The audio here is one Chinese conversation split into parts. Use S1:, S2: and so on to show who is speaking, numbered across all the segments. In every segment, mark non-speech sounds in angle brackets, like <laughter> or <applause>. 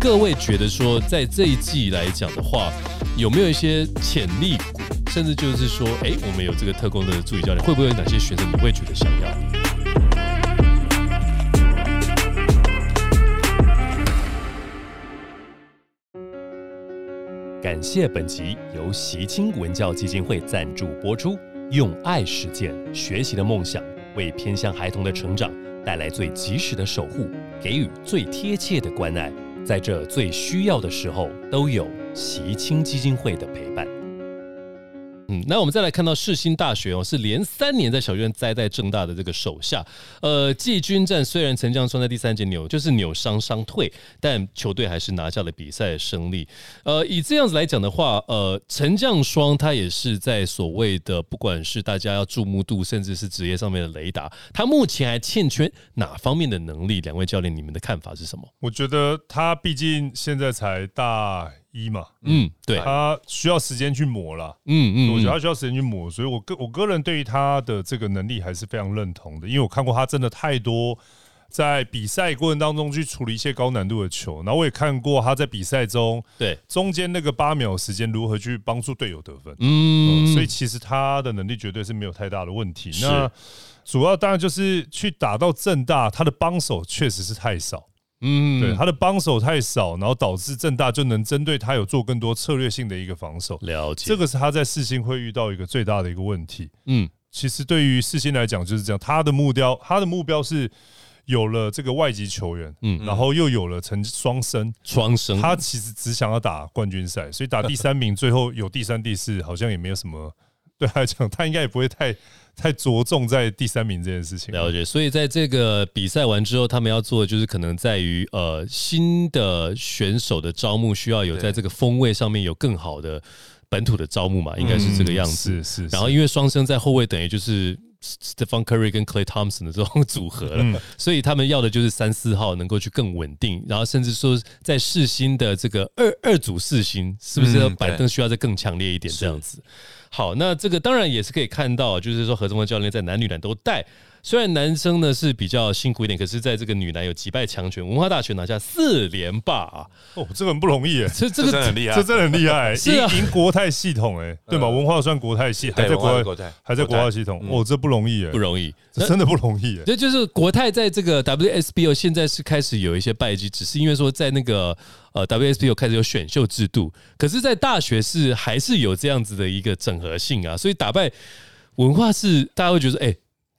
S1: 各位觉得说，在这一季来讲的话，有没有一些潜力股，甚至就是说，哎、我们有这个特工的助理教练，会不会有哪些学生你会觉得想要？感谢本集由习清文教基金会赞助播出。用爱实践学习的梦想，为偏向孩童的成长带来最及时的守护，给予最贴切的关爱，在这最需要的时候，都有习清基金会的陪伴。嗯，那我们再来看到世新大学哦，是连三年在小院栽在正大的这个手下。呃，季军战虽然陈江川在第三节扭就是扭伤伤退，但球队还是拿下了比赛的胜利。呃，以这样子来讲的话，呃，陈将双他也是在所谓的不管是大家要注目度，甚至是职业上面的雷达，他目前还欠缺哪方面的能力？两位教练，你们的看法是什么？
S2: 我觉得他毕竟现在才大一嘛，
S1: 嗯，对，
S2: 他需要时间去磨啦。
S1: 嗯嗯，
S2: 我觉得他需要时间去磨，所以我个我个人对于他的这个能力还是非常认同的，因为我看过他真的太多在比赛过程当中去处理一些高难度的球，然后我也看过他在比赛中
S1: 对，
S2: 中间那个八秒时间如何去帮助队友得分。
S1: 嗯，
S2: 所以其实他的能力绝对是没有太大的问题。
S1: 是
S2: 那主要当然就是去打到正大，他的帮手确实是太少，
S1: 嗯，
S2: 对他的帮手太少，然后导致正大就能针对他有做更多策略性的一个防守。
S1: 了解
S2: 这个是他在世新会遇到一个最大的一个问题。
S1: 嗯。
S2: 其实对于世新来讲就是这样，他的目标他的目标是有了这个外籍球员，
S1: 嗯
S2: 嗯，然后又有了陈双生，
S1: 双生，
S2: 他其实只想要打冠军赛，所以打第三名，最后有第三、第四，好像也没有什么 <laughs> 对他来讲，他应该也不会太太着重在第三名这件事情。
S1: 了解，所以在这个比赛完之后，他们要做的就是可能在于呃新的选手的招募需要有在这个风位上面有更好的本土的招募嘛，应该是这
S2: 嗯
S1: 个样子。
S2: 是是。
S1: 然后
S2: 是
S1: 因为双生在后卫等于就是 Stephen Curry 跟 Clay Thompson 的这
S3: <laughs>
S1: 种组合了，
S3: 嗯
S1: 所以他们要的就是三四号能够去更稳定，然后甚至说在世新的这个二二组世新是不是
S3: 嗯
S1: 板凳需要再更强烈一点这样子？好，那这个当然也是可以看到，就是说何中文教练在男女篮都带。虽然男生呢是比较辛苦一点，可是在这个女篮有击败强权，文化大学拿下四连霸啊！
S2: 哦，这个很不容易耶，
S1: 这这
S3: 这真的
S1: 个
S3: 很厉害，
S2: 这真的很厉害，
S1: 是啊
S2: 赢赢国泰系统哎，对吧？文化算国泰系，还在
S3: 对文化
S2: 国
S3: 国
S2: 泰
S3: 泰，
S2: 还在国
S3: 国
S2: 泰
S3: 泰
S2: 系统，哦，这不容易哎
S1: 不，容易，
S2: 这真的不容易哎。
S1: 这就是国泰在这个 WSBO 现在是开始有一些败绩，只是因为说在那个呃 WSBO 开始有选秀制度，可是，在大学是还是有这样子的一个整合性啊，所以打败文化是大家会觉得哎、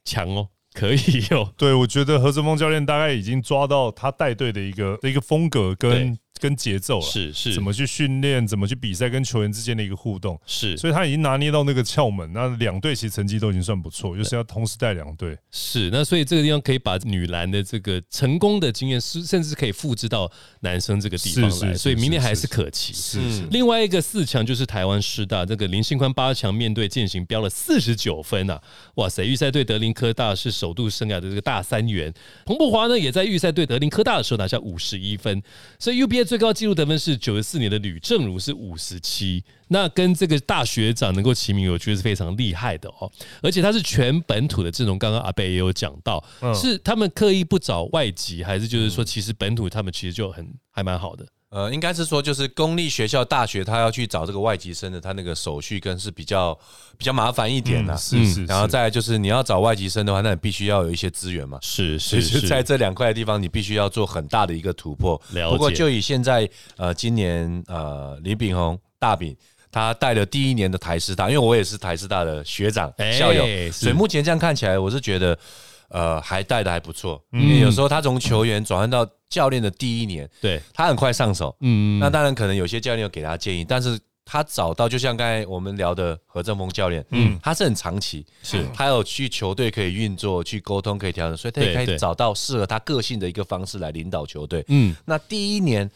S1: 强哦，可以哦，
S2: 对，我觉得何泽峰教练大概已经抓到他带队的一个的一个风格跟跟节奏了，
S1: 是是
S2: 怎么去训练，怎么去比赛，跟球员之间的一个互动。
S1: 是
S2: 所以他已经拿捏到那个窍门，那两队其实成绩都已经算不错，就是要同时带两队。
S1: 是，那所以这个地方可以把女篮的这个成功的经验，是甚至可以复制到男生这个地方来，
S2: 是是是
S1: 所以明年还是
S2: 是
S1: 可期。
S2: 是是
S1: 另外一个四强就是台湾师大，这个林信宽八强面对践行飙了四十九分啊！哇塞，预赛对德林科大是首度生涯的这个大三元。彭博华呢也在预赛对德林科大的时候拿下五十一分，所以 UBA 最高纪录得分是九十四年的吕正如是五十七，那跟这个大学长能够齐名，我觉得是非常厉害的哦。而且他是全本土的阵容，刚刚阿贝也有讲到，是他们刻意不找外籍，还是就是说其实本土他们其实就很还蛮好的。
S3: 呃，应该是说就是公立学校、大学，他要去找这个外籍生的，他那个手续跟是比较比较麻烦一点啦。
S2: 嗯是是，
S3: 然后再来就是你要找外籍生的话，那你必须要有一些资源嘛。
S1: 是
S3: 其
S1: 是
S3: 实在这两块地方，你必须要做很大的一个突破。
S1: 了解
S3: 不过就以现在呃，今年呃，李炳宏大饼。他带了第一年的台师大，因为我也是台师大的学长、
S1: 哎
S3: 校
S1: 是
S3: 友，所以目前这样看起来，我是觉得，呃，还带的还不错。
S1: 嗯
S3: 因为有时候他从球员转换到教练的第一年，
S1: 对，
S3: 他很快上手。
S1: 嗯，
S3: 那当然，可能有些教练有给他建议，但是他找到，就像刚才我们聊的何正峰教练，嗯，他是很长期，
S1: 是
S3: 他有去球队可以运作、去沟通、可以调整，所以他
S1: 对
S3: 也可
S1: 对
S3: 以找到适合他个性的一个方式来领导球队。
S1: 嗯
S3: 那第一年，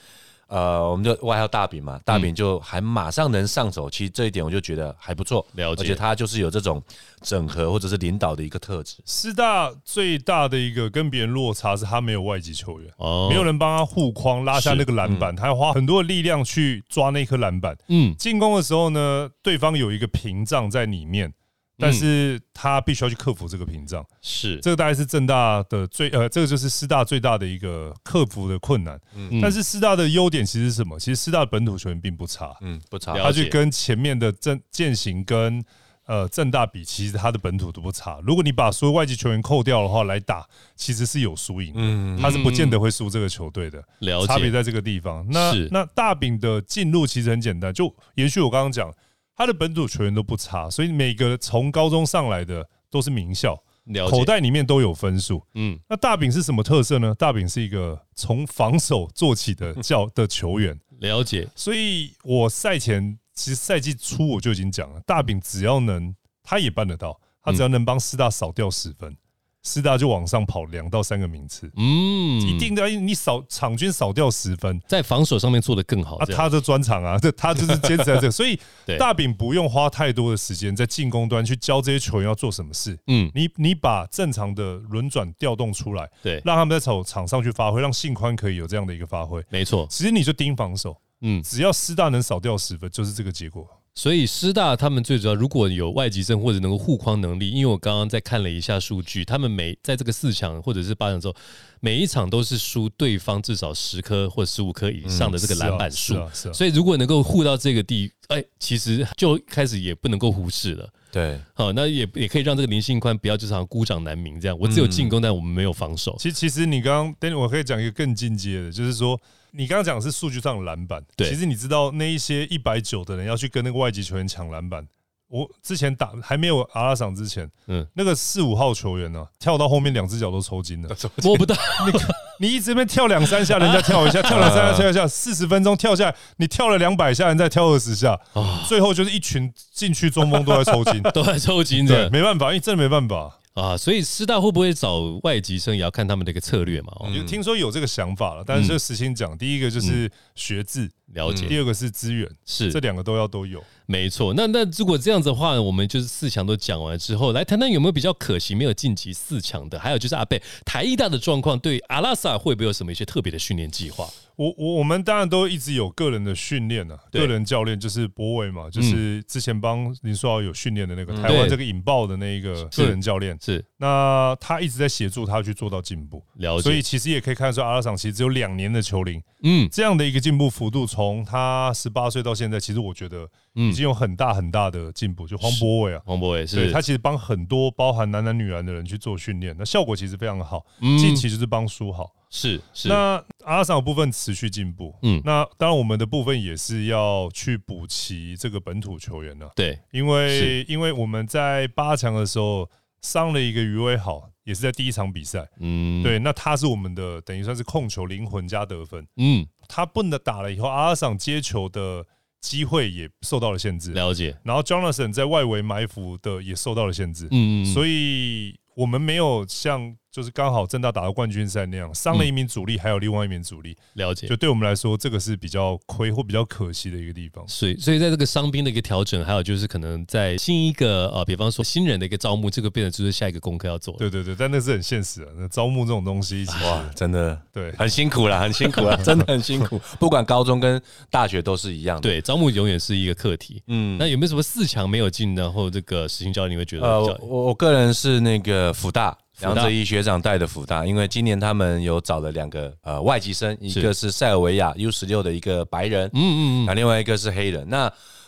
S3: 呃，我们就外号大饼嘛，大饼就还马上能上手，其实这一点我就觉得还不错，
S1: 了解
S3: 而且他就是有这种整合或者是领导的一个特质。
S2: 师大最大的一个跟别人落差是他没有外籍球员，
S1: 哦
S2: 没有人帮他护框拉下
S1: 是
S2: 那个篮板，他要花很多的力量去抓那颗篮板。
S1: 嗯嗯
S2: 进攻的时候呢，对方有一个屏障在里面，但是他必须要去克服这个屏障。
S1: 是，
S2: 这个大概是正大的最呃，这个就是师大最大的一个克服的困难。
S1: 嗯
S2: 但是师大的优点其实是什么？其实师大的本土球员并不差，
S3: 嗯，不差
S1: 了。
S2: 他
S1: 解
S2: 去跟前面的正践行跟呃正大比，其实他的本土都不差。如果你把所有外籍球员扣掉的话来打，其实是有输赢的，
S3: 嗯，
S2: 他是不见得会输这个球队的。
S1: 了
S2: 差别
S1: 解，
S2: 在这个地方。那
S1: 是
S2: 那大饼的进入其实很简单，就延续我刚刚讲，他的本土球员都不差，所以每个从高中上来的都是名校，
S1: 了
S2: 口
S1: 解，
S2: 袋里面都有分数。
S1: 嗯，
S2: 那大饼是什么特色呢？大饼是一个从防守做起的
S1: <laughs>
S2: 教的球员，
S1: 了解，
S2: 所以我赛前其实赛季初我就已经讲了，大饼只要能，他也办得到，他只要能帮师大少掉十分，师大就往上跑两到三个名次。
S1: 嗯，
S2: 一定的，因为哎你少场均少掉十分，
S1: 在防守上面做得更好。
S2: 啊，
S1: 这样
S2: 他的专长啊， <laughs> 这他就是坚持
S1: <laughs>
S2: 在这，所以
S1: 对
S2: 大饼不用花太多的时间在进攻端去教这些球员要做什么事。
S1: 嗯，
S2: 你你把正常的轮转调动出来，
S1: 对，
S2: 让他们在场场上去发挥，让信宽可以有这样的一个发挥。
S1: 没错，
S2: 其实你就盯防守，
S1: 嗯，
S2: 只要师大能少掉十分，就是这个结果。
S1: 所以师大他们最主要，如果有外籍生或者能够护框能力，因为我刚刚在看了一下数据，他们每在这个四强或者是八强之后，每一场都是输对方至少十颗或十五颗以上的这个篮板数。
S2: 是啊，是啊，是啊
S1: 所以如果能够护到这个地，哎，其实就开始也不能够忽视了。
S3: 对，
S1: 好，那也也可以让这个林信宽不要经常孤掌难鸣这样。我只有进攻，但我们没有防守。
S2: 其实其实你刚刚，等一下我可以讲一个更进阶的，就是说你刚刚讲的是数据上的篮板，
S1: 对
S2: 其实你知道那一些一百九的人要去跟那个外籍球员抢篮板。我之前打还没有阿拉桑之前，
S1: 嗯
S2: 嗯，那个四五号球员呢、啊跳到后面两只脚都抽筋 <laughs> 了。
S1: 摸不到，
S2: 你一直边跳两三下，人 <laughs> 家跳一下，跳两三下，跳一下，四十分钟跳下来，你跳了两百下，人再跳二十下，最后就是一群禁区中锋都在抽筋。
S1: <laughs> 都在抽筋
S2: 啊 <laughs> 对，
S1: 的
S2: 没办法，因为真的没办法。
S1: 啊！所以师大会不会找外籍生，也要看他们的一个策略嘛。哦，
S2: 有听说有这个想法了，但是这实情讲，第一个就是学制，
S1: 了解、
S2: 第二个是资源，
S1: 是
S2: 嗯这两个都要都有。
S1: 没错，那那如果这样子的话，我们就是四强都讲完之后，来谈谈有没有比较可惜没有晋级四强的，还有就是阿贝台一大的状况，对阿拉萨会不会有什么一些特别的训练计划？
S2: 我我我们当然都一直有个人的训练啊，
S1: 对嗯
S2: 个人教练就是博伟嘛，就是之前帮林书豪有训练的那个台
S1: 对
S2: 湾这个引爆的那一个
S1: 是
S2: 个人教练，
S1: 是
S2: 那他一直在协助他去做到进步，
S1: 了
S2: 所
S1: 解，
S2: 以其实也可以看得出阿拉桑其实只有两年的球龄，
S1: 嗯，
S2: 这样的一个进步幅度，从他十八岁到现在，其实我觉得
S1: 嗯
S2: 已经有很大很大的进步，就黄博伟啊。
S1: 黄博伟
S2: 对
S1: 是
S2: 他其实帮很多包含男男女男的人去做训练，那效果其实非常好。
S1: 嗯
S2: 近期就是帮书豪，
S1: 是是
S2: 那阿拉桑的部分持续进步，
S1: 嗯
S2: 嗯，那当然我们的部分也是要去补齐这个本土球员呢、啊
S1: 对
S2: 因为因为我们在八强的时候伤了一个余威好，也是在第一场比赛，
S1: 嗯
S2: 对，那他是我们的等于算是控球灵魂加得分，
S1: 嗯
S2: 他不能打了以后，阿拉桑接球的机会也受到了限制，
S1: 了解，
S2: 然后 Jonathan 在外围埋伏的也受到了限制，
S1: 嗯嗯嗯
S2: 所以我们没有像就是刚好正大打到冠军赛那样，伤了一名主力，还有另外一名主力，
S1: 了解
S2: 就。对我们来说，这个是比较亏或比较可惜的一个地方。
S1: 所以，所以在这个伤兵的一个调整，还有就是可能在新一个呃，比方说新人的一个招募，这个变成就是下一个功课要做的。
S2: 对对对，但那是很现实啊，那招募这种东西，其实
S3: 哇，真的
S2: 对
S3: 很辛苦啦，很辛苦啦，啊真的很辛苦。不管高中跟大学都是一样的。，
S1: 对，招募永远是一个课题。
S3: 嗯，
S1: 那有没有什么四强没有进，然后这个实行教练你会觉得
S3: 呃
S1: 比较？，
S3: 我我个人是那个辅大
S1: 大
S3: 梁哲一学长带的辅大，因为今年他们有找了两个呃外籍生，一个是塞尔维亚 U 十六的一个白人，
S1: 嗯嗯
S3: 那、另外一个是黑人。那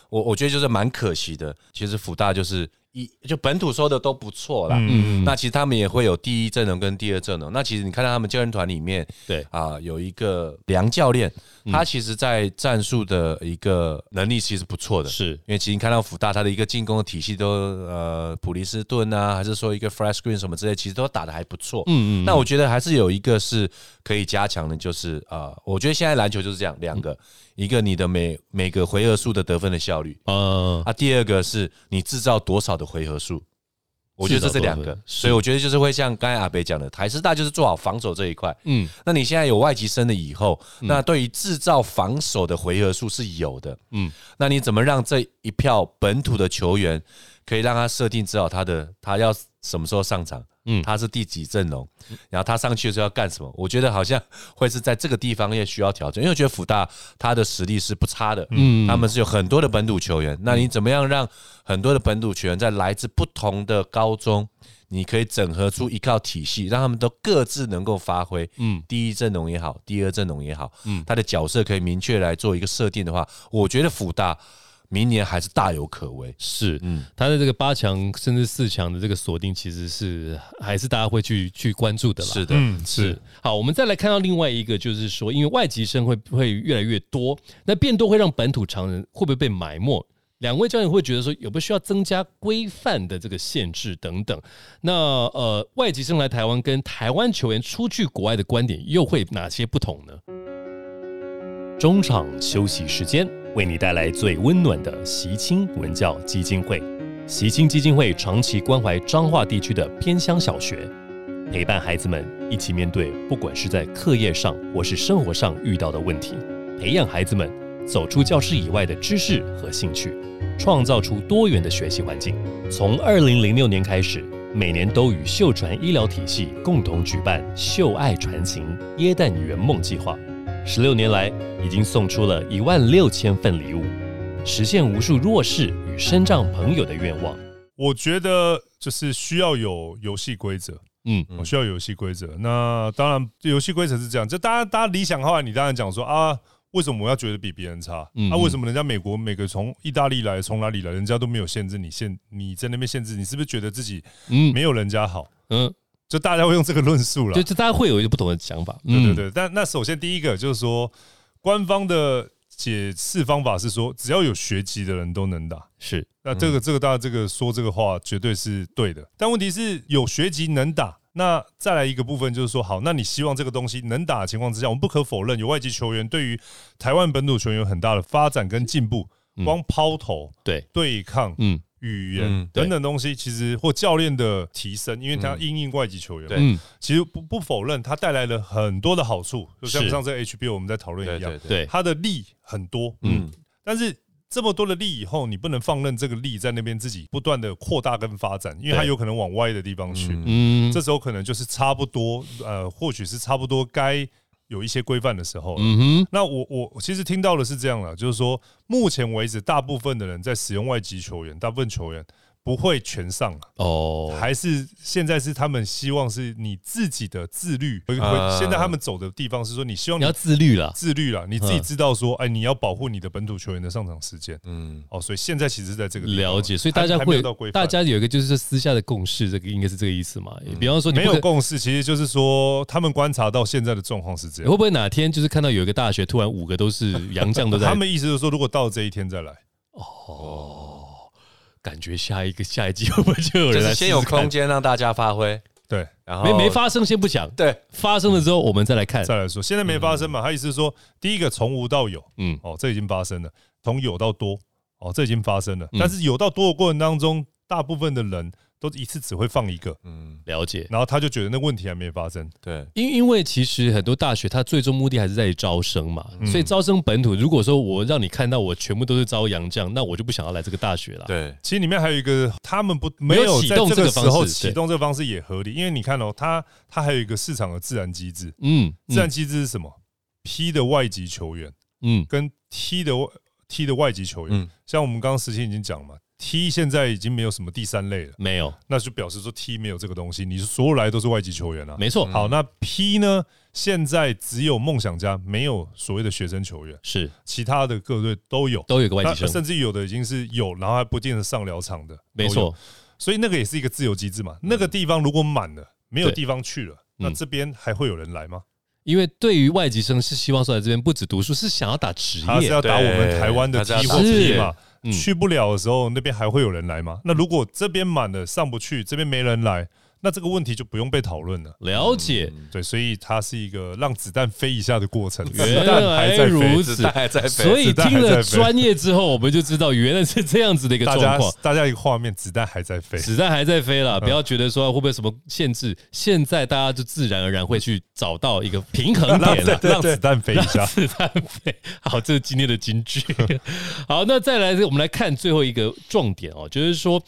S3: 我我觉得就是蛮可惜的。其实辅大就是一就本土收的都不错啦。
S1: 嗯嗯，
S3: 那其实他们也会有第一阵容跟第二阵容。那其实你看到他们教练团里面，
S1: 对嗯
S3: 啊、有一个梁教练，他其实在战术的一个能力其实不错的。
S1: 是
S3: 因为其实你看到福大他的一个进攻的体系都呃普利斯顿啊，还是说一个 flash green 什么之类，其实都打得还不错。
S1: 嗯嗯，
S3: 那我觉得还是有一个是可以加强的，就是呃，我觉得现在篮球就是这样，两
S1: 嗯
S3: 个，一个你的每每个回合数的得分的效率
S1: 呃，
S3: 啊，第二个是你制造多少的回合数。我觉得这是两
S1: 制造多
S3: 个
S1: 少，是
S3: 所以我觉得就是会像刚才阿北讲的，台师大就是做好防守这一块。
S1: 嗯
S3: 那你现在有外籍生的以后，那对于制造防守的回合数是有的，
S1: 嗯
S3: 那你怎么让这一票本土的球员可以让他设定知道他的他要什么时候上场，
S1: 嗯
S3: 嗯，他是第几阵容，然后他上去的时候要干什么。我觉得好像会是在这个地方也需要调整，因为我觉得福大他的实力是不差的，
S1: 嗯
S3: 嗯，他们是有很多的本土球员，那你怎么样让很多的本土球员在来自不同的高中？你可以整合出一套体系，让他们都各自能够发挥。
S1: 嗯
S3: 嗯，第一阵容也好，第二阵容也好，嗯，他的角色可以明确来做一个设定的话，我觉得福大明年还是大有可为。
S1: 是，
S3: 嗯
S1: 他的这个八强甚至四强的这个锁定，其实是还是大家会去去关注的啦。
S3: 是的，
S2: 嗯，
S1: 是
S2: 是，
S1: 好，我们再来看到另外一个，就是说，因为外籍生会会越来越多，那变多会让本土常人会不会被埋没？两位教练会觉得说，有没有需要增加规范的这个限制等等？那呃，外籍生来台湾跟台湾球员出去国外的观点又会哪些不同呢？中场休息时间，为你带来最温暖的习青文教基金会。习青基金会长期关怀彰化地区的偏乡小学，陪伴孩子们一起面对不管是在课业上或是生活上遇到的问题，培养孩子们走出教室以外的知识和兴趣，创造出多元的学习环境。从二零零六年开始，每年都与秀传医疗体系共同举办“秀爱传情耶诞圆梦计划”，十六年来已经送出了一万六千份礼物，实现无数弱势与身障朋友的愿望。
S2: 我觉得就是需要有游戏规则，
S1: 嗯
S2: 我哦需要游戏规则。那当然，游戏规则是这样，就大家大家理想化，你当然讲说啊，为什么我要觉得比别人差？
S1: 嗯
S2: 啊，为什么人家美国每个从意大利来，从哪里来，人家都没有限制你限，你在那边限制，你是不是觉得自己
S1: 嗯
S2: 没有人家好？
S1: 嗯，
S2: 就大家会用这个论述了
S1: 就，就大家会有一个不同的想法。
S2: 对对
S1: 嗯，
S2: 对。但那首先第一个就是说，官方的解释方法是说，只要有学籍的人都能打。
S1: 是
S2: 那这个这个大家这个说这个话绝对是对的，但问题是有学籍能打。那再来一个部分就是说，好，那你希望这个东西能打的情况之下，我们不可否认有外籍球员对于台湾本土球员有很大的发展跟进步，光抛
S1: 嗯
S2: 投、
S1: 对，
S2: 对抗、
S1: 嗯
S2: 语言
S3: 嗯
S1: 对
S2: 等等东西，其实或教练的提升，因为他因应外籍球员嘛，
S3: 对
S1: 嗯
S2: 其实不不否认它带来了很多的好处，就像
S1: 是
S2: 上次 HBO 我们在讨论
S3: 对
S2: 一样
S3: 对，对，
S1: 对，
S2: 它的利很多，
S3: 嗯，
S2: 但是这么多的利以后，你不能放任这个利在那边自己不断的扩大跟发展，因为它
S1: 对
S2: 有可能往歪的地方去。
S3: 嗯
S1: 嗯
S2: 这时候可能就是差不多，呃，或许是差不多该有一些规范的时候了。
S1: 嗯哼，
S2: 那我我其实听到的是这样了，就是说，目前为止，大部分的人在使用外籍球员，大部分球员不会全上啊，
S1: 哦，
S2: 还是现在是他们希望是你自己的自律。回
S3: 啊
S2: 回现在他们走的地方是说，你希望
S1: 你
S2: 你
S1: 要自律啦。
S2: 自律了，你自己
S1: 嗯
S2: 知道说，哎，你要保护你的本土球员的上场时间。
S3: 嗯，
S2: 哦，所以现在其实在这个地方
S1: 了解，所以大家
S2: 哦还还没
S1: 会
S2: 有到规，范嗯
S1: 大家有一个就是私下的共识，这个应该是这个意思嘛？比方说，你
S2: 没
S1: 不可
S2: 有共识，其实就是说他们观察到现在的状况是这
S1: 你会
S2: 样。
S1: 不会哪天就是看到有一个大学突然五个都
S2: <laughs>
S1: 是洋将都在
S2: 他，们意思就是说，如果到这一天再来，
S1: 感觉下一个下一季会不会就有
S3: 就
S1: 人来
S3: 是
S1: 试
S3: 先
S1: 试
S3: 有
S1: 看
S3: 空？间让大家发挥，
S2: 对，
S3: 然后
S1: 没没发生先不讲，
S3: 对，
S1: 发生了之后我们再来看。
S2: 再来说，现在没发生嘛？他意思是说，第一个从无到有，
S1: 嗯
S2: 哦，这已经发生了；从有到多，哦，这已经发生了。
S1: 嗯
S2: 但是有到多的过程当中，大部分的人都一次只会放一个，
S3: 嗯，
S1: 了解。
S2: 然后他就觉得那问题还没发生。
S3: 对，
S1: 因因为其实很多大学它最终目的还是在于招生嘛，
S2: 嗯
S1: 所以招生本土。如果说我让你看到我全部都是招洋将，那我就不想要来这个大学了。
S3: 对，
S2: 其实里面还有一个，他们不没
S1: 有
S2: 有
S1: 启
S2: 在
S1: 动
S2: 这
S1: 这
S2: 个
S1: 个
S2: 时
S1: 方
S2: 候
S1: 式
S2: 启
S1: 对
S2: 动这个方式也合理，因为你看哦，它它还有一个市场的自然机制，
S1: 嗯，
S2: 自然
S1: 嗯
S2: 机制是什么？P 的外籍球员
S1: 嗯
S2: 跟 T 的外 T 的外籍球员，
S3: 嗯
S2: 像我们刚刚时期已经讲嘛，T 现在已经没有什么第三类了，
S1: 没有，
S2: 那就表示说 T 没有这个东西，你所有来都是外籍球员啊。
S1: 没错，嗯
S2: 好，那 P 呢？现在只有梦想家没有所谓的学生球员，
S1: 是
S2: 其他的各队都有。
S1: 都有一个外籍
S2: 那
S1: 生，
S2: 甚至有的已经是有，然后还不见得上疗场的，
S1: 没
S2: 都有
S1: 错，
S2: 所以那个也是一个自由机制嘛。
S3: 嗯
S2: 那个地方如果满了，没有地方去了，
S1: 嗯
S2: 那这边还会有人来
S3: 嗯
S2: 吗？
S1: 因为对于外籍生是希望说来这边不止读书，是想要打职
S2: 他啊是
S1: 业。
S2: 要打我们台湾的
S3: 对
S2: T
S3: 他
S2: 或
S1: 是要
S2: P
S1: 打
S2: 嘛
S1: 嗯？
S2: 去不了的时候，那边还会有人来吗？那如果这边满了上不去，这边没人来，那这个问题就不用被讨论了。
S1: 了解，
S2: 对，所以它是一个让子弹飞一下的过
S3: <laughs>
S2: 程，子
S1: 原
S2: 弹还
S1: 来
S2: 在
S1: 如
S2: 飞，
S1: 此
S3: 子。弹还在飞，
S1: 所以
S2: 子弹还
S1: 听了
S2: 在飞
S1: 专业之后，我们就知道原来是这样子的一个
S2: 大
S1: 状
S2: 家嗯
S1: 况。
S2: 大家一个画面，子弹还在飞。
S1: 子弹还在飞了，不要觉得说会不会有什么限制，现在大家就自然而然会去找到一个平衡
S2: <laughs> 让
S1: 点
S2: 子
S3: <laughs>
S1: 了。
S2: 让子弹飞一下，
S1: 子弹飞。好，这是今天的金句。 <laughs> 好，那再来，我们来看最后一个重点哦，就是说，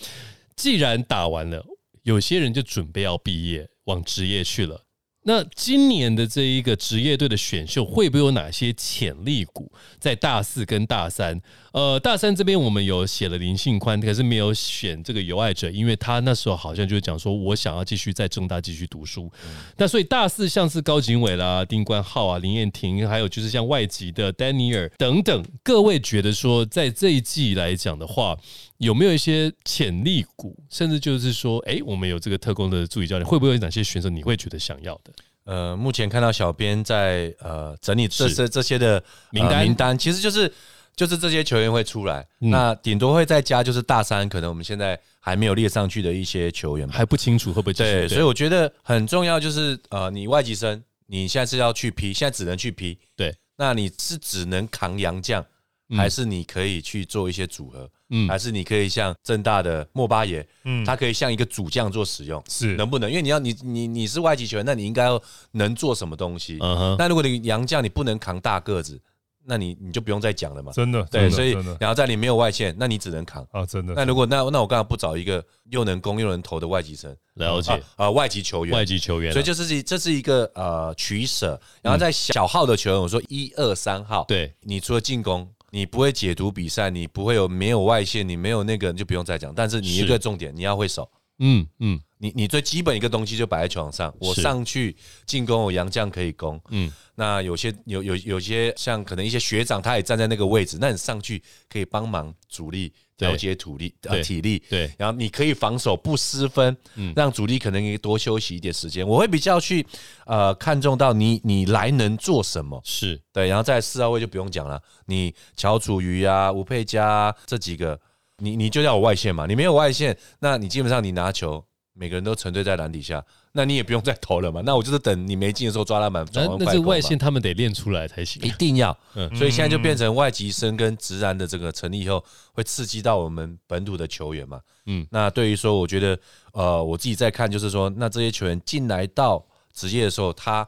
S1: 既然打完了，有些人就准备要毕业，往职业去了。那今年的这一个职业队的选秀，会不会有哪些潜力股在大四跟大三？呃，大三这边我们有写了林信宽，可是没有选这个有爱者，因为他那时候好像就是讲说，我想要继续在正大继续读书。那所以大四像是高景伟啦、丁冠浩啊、林彦廷，还有就是像外籍的丹尼尔等等，各位觉得说，在这一季来讲的话，有没有一些潜力股，甚至就是说，哎、我们有这个特工的助理教练，会不会有哪些选手你会觉得想要的？
S3: 呃，目前看到小编在呃整理这
S1: 是
S3: 这这些的、呃
S1: 名单
S3: 名单其嗯实就是就是这些球员会出来，那顶多会再加就是大三，可能我们现在还没有列上去的一些球员吧。
S1: 还不清楚会不会继续
S3: 对，所以我觉得很重要就是呃，你外籍生你现在是要去批，现在只能去批，
S1: 对，
S3: 那你是只能扛洋将，
S1: 嗯
S3: 还是你可以去做一些组合？
S1: 嗯
S3: 还是你可以像正大的莫巴爷，
S2: 嗯
S3: 他可以像一个主将做使用，
S2: 是
S3: <laughs> 能不能？因为你要你你你是外籍球员，那你应该要能做什么东西？
S1: 嗯哼，
S3: 那如果你洋将你不能扛大个子，那你你就不用再讲了嘛。
S2: 真的，
S3: 对，
S2: 真的
S3: 所以
S2: 真的
S3: 然后在你没有外线，那你只能扛。
S2: 啊，真
S3: 那
S2: 的，
S3: 如果那那我干嘛不找一个又能攻又能投的外籍生
S1: 了解、
S3: 啊啊外籍球员？
S1: 外籍球员啊，
S3: 所以这是这是一个呃取舍，
S2: 嗯
S3: 然后在小号的球员，我说一二三号，
S1: 对，
S3: 你除了进攻，你不会解读比赛，你不会有没有外线，你没有那个你就不用再讲。但是你
S1: 是
S3: 一个重点，你要会守，
S1: 嗯嗯
S3: 你你最基本一个东西就摆在床上，我
S1: 是
S3: 上去进攻，我杨将可以攻，
S1: 嗯，
S3: 那有些有有有些像可能一些学长他也站在那个位置，那你上去可以帮忙主力
S1: 对
S3: 调节土力呃
S1: 对嗯
S3: 体力，
S1: 对
S3: 然后你可以防守不失分，让主力可能也多休息一点时间。我会比较去呃看重到你你来能做什么，
S1: 是
S3: 对，然后在四号位就不用讲了，你乔楚瑜啊、吴佩嘉、啊、这几个，你你就要有外线嘛，你没有外线，那你基本上你拿球，每个人都沉醉在篮底下，那你也不用再投了嘛，那我就是等你没进的时候抓篮板，
S1: 那
S3: 转换
S1: 那
S3: 快
S1: 这
S3: 攻
S1: 个外
S3: 嘛
S1: 线他们得练出来才行
S3: 一。定要，
S1: 啊嗯
S3: 所以现在就变成外籍生跟直男的这个成立以后，会刺激到我们本土的球员嘛。
S1: 嗯
S3: 嗯，那对于说，我觉得呃，我自己在看，就是说，那这些球员进来到职业的时候，他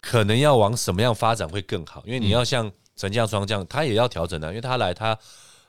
S3: 可能要往什么样发展会更好？因为你要像陈将双将，他也要调整啊，因为他来他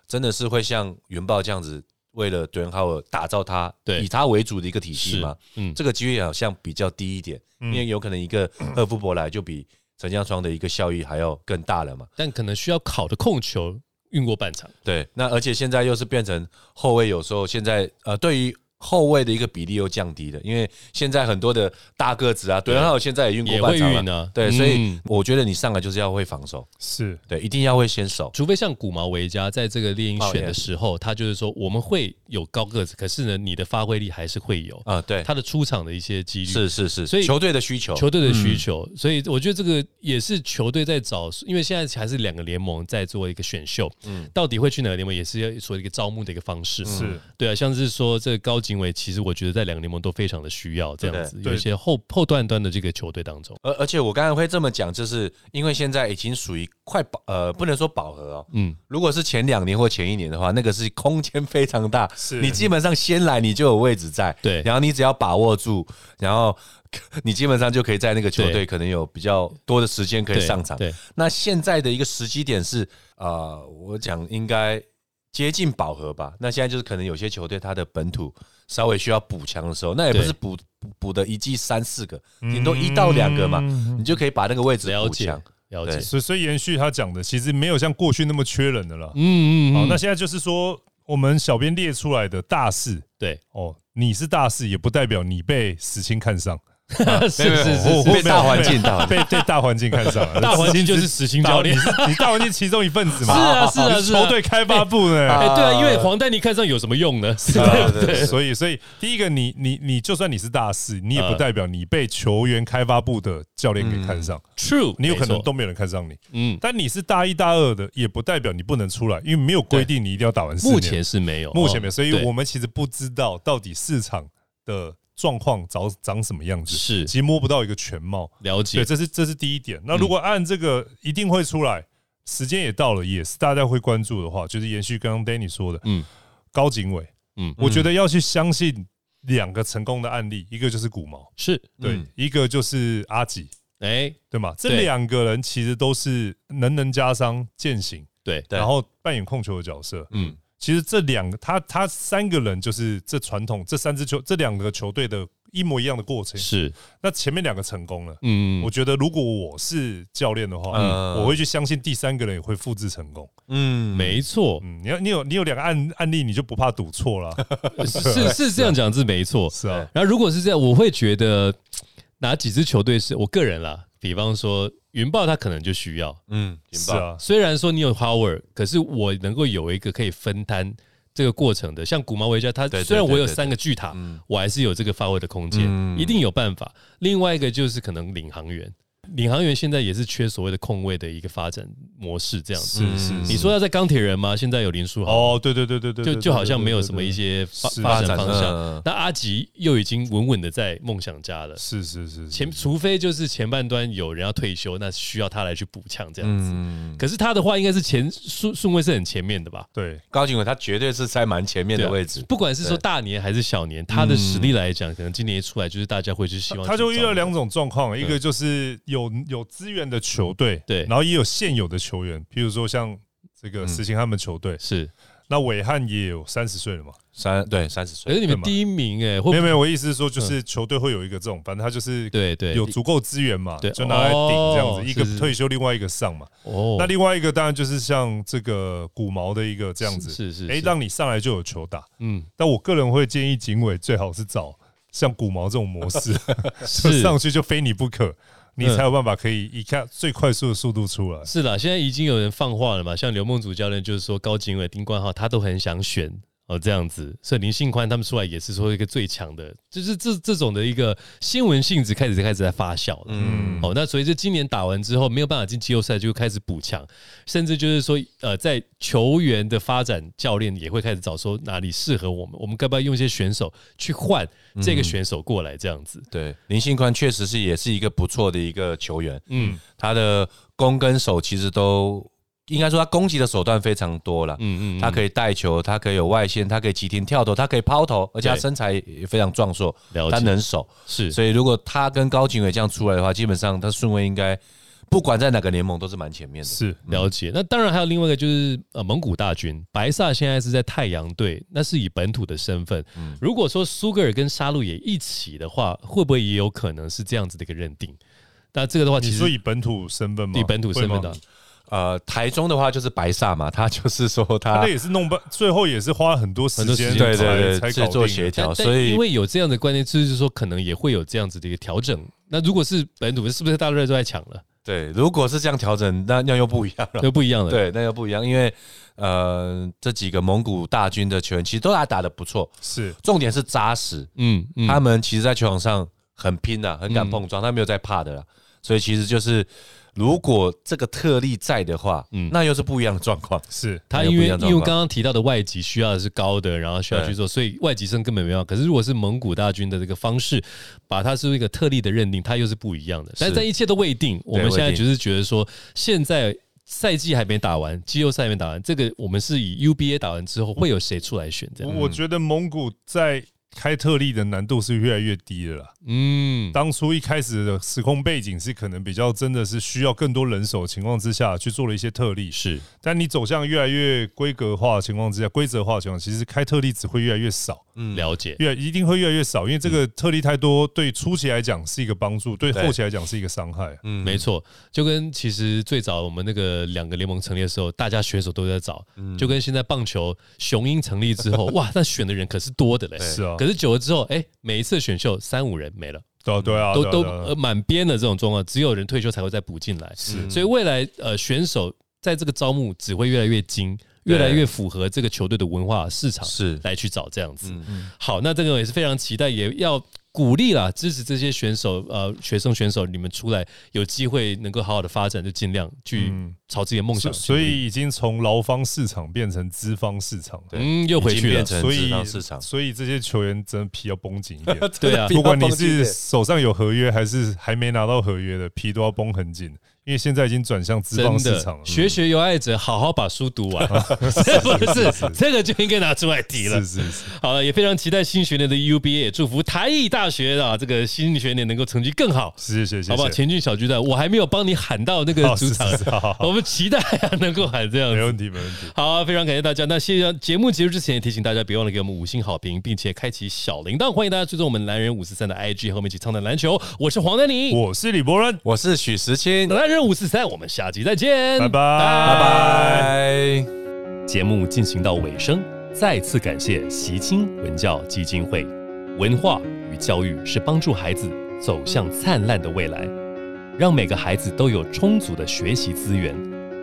S3: 真的是会像云豹这样子，为了德文浩尔打造他，
S1: 对
S3: 以他为主的一个体系
S1: 是
S3: 嘛。，
S1: 嗯，
S3: 这个机会好像比较低一点，因为有可能一个赫夫伯来就比陈江双的一个效益还要更大了嘛。
S1: 但可能需要考的控球运过半场。
S3: 对，那而且现在又是变成后卫，有时候现在呃，对于后卫的一个比例又降低了，因为现在很多的大个子啊，对，然后现在也运
S1: 也
S3: 过
S1: 会
S3: 半场
S1: 运啊
S3: 了，对，所以
S1: 嗯
S3: 我觉得你上来就是要会防守，
S2: 是
S3: 对，一定要会先守，
S1: 除非像古毛维加在这个猎鹰选的时候，他就是说我们会有高个子，可是呢，你的发挥力还是会有，
S3: 啊、对，
S1: 他的出场的一些几率
S3: 是哦嗯是是，
S1: 所以
S3: 球队的需求，
S1: 球队的需求，所以我觉得这个也是球队在找，因为现在还是两个联盟在做一个选秀，嗯，到底会去哪个联盟，也是要做一个招募的一个方式，
S3: 嗯
S2: 是，
S1: 对啊，像是说这个高景伟，其实我觉得在两个联盟都非常的需要这样子，
S2: 对
S1: 有一些后后段端的这个球队当中，
S3: 而而且我刚才会这么讲，就是因为现在已经属于快饱，呃，不能说饱和哦，
S1: 嗯，
S3: 如果是前两年或前一年的话，那个是空间非
S1: <laughs>
S3: 常大，
S2: 是
S3: 你基本上先来你就有位置在，
S1: 对
S3: 然后你只要把握住，然后 <laughs> 你基本上就可以在那个球
S1: 对
S3: 队可能有比较多的时间可以上场。
S1: 对，对
S3: 那现在的一个时机点是，呃，我讲应该接近饱和吧。那现在就是可能有些球队它的本土稍微需要补强的时候，那也不
S1: 对
S3: 是补补补的一季三四个，顶多一到两个嘛，
S2: 嗯
S3: 你就可以把那个位置
S1: 了
S3: 补
S1: 解
S3: 强。
S1: 了解
S3: 对，
S2: 所以所以延续他讲的，其实没有像过去那么缺人的了。
S1: 嗯嗯
S2: 好，
S1: 嗯，
S2: 那现在就是说，我们小编列出来的大事
S3: <laughs>
S1: 对，
S2: 哦，你是大事，也不代表你被死青看上，
S1: 是是是
S2: 我
S1: 是
S2: 我没
S3: 被
S2: 有
S3: 大环境大环境
S2: 被被大环境看上了，
S1: <laughs> 大环境就是死刑教练
S2: 你是你大环境其中一份子嘛，哦
S1: 是啊是啊
S2: 你
S1: 是啊
S2: 球队开发部
S1: <laughs>
S2: 呢。<laughs>
S1: 哎、 <laughs> 对啊，因为黄丹妮看上有什么用 <laughs> 呢？
S3: 啊对对
S2: 所以，所以第一个，你你你，就算你是大四，你也不
S1: 呃
S2: 代表你被球员开发部的教练给看上，
S1: ，True，
S2: 你有
S1: 嗯
S2: 可
S1: 没
S2: 能
S1: 错
S2: 都没有人看上你。
S1: 嗯，
S2: 但你是大一、大二的，也不代表你不能出来，因为没有规定你一定要打完四年。
S1: 目前是没有，
S2: 目前没有，
S1: 哦
S2: 所以
S1: 对
S2: 我们其实不知道到底市场的状况长长什么样子，
S1: 是
S2: 其实摸不到一个全貌。
S1: 了
S2: 对，
S1: 解，
S2: 这是这是第一点。那如果按这个一定会出来，时间也到了，也是大家会关注的话，就是延续刚刚 Danny 说的，
S1: 嗯
S2: 嗯，高警委，
S1: 嗯
S2: 我觉得要去相信两个成功的案例，一个就是古毛，
S1: 是，
S2: 对，
S3: 嗯
S2: 一个就是阿吉，
S1: 哎，
S2: 对吗？这
S1: 对
S2: 两个人其实都是能人加商践行，
S1: 对，
S3: 对
S2: 然后扮演控球的角色。
S1: 嗯，
S2: 其实这两个他他三个人就是这传统这三支球这两个球队的一模一样的过程。
S1: 是，
S2: 那前面两个成功了。
S1: 嗯
S2: 我，觉得如果我是教练的话，
S3: 嗯
S2: 我会去相信第三个人也会复制成功。
S3: 嗯，
S1: 没错，
S2: 嗯，你要你有你有两个案案例，你就不怕赌错
S1: <laughs>
S2: 了。
S1: 是是这样讲是没错。
S2: 是啊，
S1: 然后如果是这样，我会觉得哪几支球队是我个人啦，比方说云豹，他可能就需要。
S3: 嗯，
S2: 是
S3: 啊，
S2: 啊，
S1: 虽然说你有 Howard，可是我能够有一个可以分摊这个过程的，像古毛维加，他
S3: 对对
S1: 虽然我有
S3: 对对
S1: 三个巨塔
S3: 嗯，
S1: 我还是有这个发挥的空间，
S3: 嗯
S1: 一定有办法。另外一个就是可能领航员，领航员现在也是缺所谓的空位的一个发展模式这样子。
S3: 嗯
S2: 是
S1: 你说要在钢铁人吗？现在有林书豪，
S2: 哦，对对对对对，
S1: 就
S2: 对
S1: 就好像没有什么一。
S2: 对对
S1: 些
S2: 对对
S1: 发
S2: 是
S1: 发展方向。
S3: 嗯
S1: 那阿吉又已经稳稳的在梦想家了。
S2: 是是是，是
S1: 前除非就是前半端有人要退休，那需要他来去补强这样子。
S3: 嗯，
S1: 可是他的话应该是前顺顺位是很前面的吧？
S2: 对
S3: 高景伟他绝对是在蛮前面
S1: 对
S3: 的
S1: 啊
S3: 位置，
S1: 不管是说
S3: 对
S1: 大年还是小年，他的实力来讲，可能今年一出来就是大家会去希望
S2: 嗯他就遇到两
S1: 种，
S2: 种状况，一个就是有有资源的球队，
S1: 对嗯
S2: 然后也有现有的球员，譬如说像这个石青他们球队，
S1: 是，
S2: 那伟汉也有三十岁了嘛，
S3: 三对三十岁
S1: 可，是你们
S2: 对嘛
S1: 第一名哎、会不会
S2: 没有没有，我意思是说，就是球队会有一个这种，反正他就是
S1: 对对
S2: 有足够资源嘛，
S1: 对
S2: 就拿来顶这样
S1: 哦
S2: 子，一个
S1: 是是
S2: 退休，另外一个上嘛。
S1: 哦，
S2: 那另外一个当然就是像这个古毛的一个
S1: 这
S2: 这样子，
S1: 是是
S2: 哎，
S1: 是
S2: 让你上来就有球打。
S1: 嗯
S2: 但我个人会建议警委最好是找像古毛这种模式，就是哎上去就非你不可，你
S1: 嗯
S2: 才有办法可以一看最快速的速度出来。
S1: 是啦，现在已经有人放话了嘛，像刘梦祖教练就是说高景伟、丁冠浩他都很想选哦这样子，所以林信宽他们出来也是说一个最强的，就是这这种的一个新闻性质开始开始在发酵了。
S3: 嗯，
S1: 哦，那所以就今年打完之后没有办法进季后赛，就开始补强，甚至就是说，呃，在球员的发展，教练也会开始找说哪里适合我们，我们该不该用一些选手去换这个
S3: 嗯
S1: 选手过来这样子？
S3: 对，林信宽确实是也是一个不错的一个球员，
S1: 嗯
S3: 他的攻跟守其实都应该说他攻击的手段非常多了，
S1: 嗯嗯，
S3: 他可以带球，他可以有外线，他可以急停跳投，他可以抛投，而且他
S1: 对
S3: 身材也非常壮硕，
S1: 了
S3: 他
S1: 解
S3: 能守，
S1: 是
S3: 所以如果他跟高景伟这样出来的话，基本上他顺位应该不管在哪个联盟都是蛮前面的。
S2: 是，
S1: 了解。那当然还有另外一个就是呃蒙古大军，白萨现在是在太阳队，那是以本土的身份。如果说苏格尔跟沙路也一起的话，会不会也有可能是这样子的一个认定？那这个的话，其
S2: 你
S1: 实
S2: 说以本土身份吗？
S1: 以本土身份
S2: 会
S1: 的
S2: 吗，
S3: 呃，台中的话就是白萨嘛，他就是说
S1: 啊
S2: 他
S3: 他
S2: 那也是弄半，最后也是花了很多时间
S1: 很
S2: 才
S1: 多
S3: 对对
S2: 才
S3: 对
S2: 搞
S3: 是做
S2: 定
S3: 协
S1: 但
S3: 调，
S1: 但
S3: 所以
S1: 因为有这样的观念，就是说可能也会有这样子的一个调整。那如果是本土，是不是大热都在抢了？
S3: 对，如果是这样调整，那那又不一样了。
S1: 就不一样了。，
S3: 对，那又不一样，因为呃，这几个蒙古大军的球员其实都打打得不错，
S2: 是
S3: 重点是扎实，
S1: 嗯嗯，
S3: 他们其实，在球场上很拼的、很敢碰撞，他没有在怕的啦。
S1: 嗯
S3: 所以其实就是，如果这个特例在的话，
S1: 嗯
S3: 那又是不一样的状况。
S2: 是
S1: 他
S3: 有
S1: 因
S3: 不
S1: 为
S3: 一样
S1: 因
S3: 的
S1: 为
S3: 状况
S1: 刚刚提到的外籍需要的是高的，然后需要去做，所以外籍生根本没办法。可是如果是蒙古大军的这个方式，把它是一个特例的认定，它又是不一样的。但
S3: 是
S1: 在一切都未定，我们
S3: 未
S1: 现在
S3: 定
S1: 只是觉得说，现在赛季还没打完，季后赛还没打完，这个我们是以 UBA 打完之后会有谁出来选这
S2: 我
S1: 样？
S2: 我觉得蒙古在开特例的难度是越来越低了啦。
S1: 嗯，
S2: 当初一开始的时空背景是可能比较真的是需要更多人手的情况之下去做了一些特例，
S1: 是
S2: 但你走向越来越规格化的情况之下，规则化的情况，其实开特例只会越来越少，
S3: 嗯
S1: 了解。
S2: 越一定会越来越少，因为这个特例太多，对初期来讲是一个帮助，对
S3: 对
S2: 后期来讲是一个伤害。
S3: 嗯
S1: 没错，就跟其实最早我们那个两个联盟成立的时候，大家选手都在找，就跟现在棒球雄鹰成立之后，哇，那选的人可是多的嘞。
S2: 是啊
S1: 可是久了之后，哎、每一次选秀三五人没了，
S2: 对啊，对啊，
S1: 都
S2: 对啊
S1: 都
S2: 对啊
S1: 呃满编的这种状况，只有人退休才会再补进来。
S2: 是
S1: 所以未来呃选手在这个招募只会越来越精，越来越符合这个球队的文化市场
S3: 是
S1: 来去找这样子。
S3: 嗯嗯
S1: 好，那这个也是非常期待，也要鼓励啦，支持这些选手，呃，学生选手，你们出来有机会能够好好的发展，就尽量去朝自己的梦想
S2: 所
S1: 去努力。
S2: 所以已经从劳方市场变成资方市场，
S3: 对
S1: 嗯，又回
S3: 已经
S1: 去了
S3: 变。成
S2: 所
S3: 职
S2: 以
S3: 场市场。
S2: 所以这些球员真的皮要绷紧一点。
S1: 对啊
S3: 真的比较
S2: 不管你
S3: 绷紧
S2: 是
S3: 一点
S2: 手上有合约还是还没拿到合约的，皮都要绷很紧，因为现在已经转向资方
S1: 真
S2: 市场
S1: 的
S2: 了，。
S1: 学学有爱者，好好把书读完，是不是？这个就应该拿出来提了
S2: 是。是是，
S1: 好了，也非常期待新学年的 UBA，也祝福台艺大学啊，这个新学年能够成绩更好，
S2: 谢谢谢谢，
S1: 好不好？前进小巨蛋，我还没有帮你喊到那个
S2: 好
S1: 主
S2: 是
S1: 场，
S2: 是是好好好
S1: 我们期待啊能够喊这样
S2: 没
S1: 子。
S2: 问题没问题。
S1: 好、啊，非常感谢大家。那谢谢节目结束之前，也提醒大家别忘了给我们五星好评，并且开启小铃铛。欢迎大家追踪我们男人五四三的 IG，和我们一起畅谈篮球。我是黄丹妮，
S2: 我是李博仁，
S3: 我是许时清，拜
S1: 男人五四三，我们下集再见，
S2: 拜拜拜
S3: 拜。
S1: 节目进行到尾声，再次感谢习清文教基金会。文化与教育是帮助孩子走向灿烂的未来，让每个孩子都有充足的学习资源，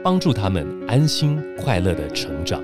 S1: 帮助他们安心快乐的成长。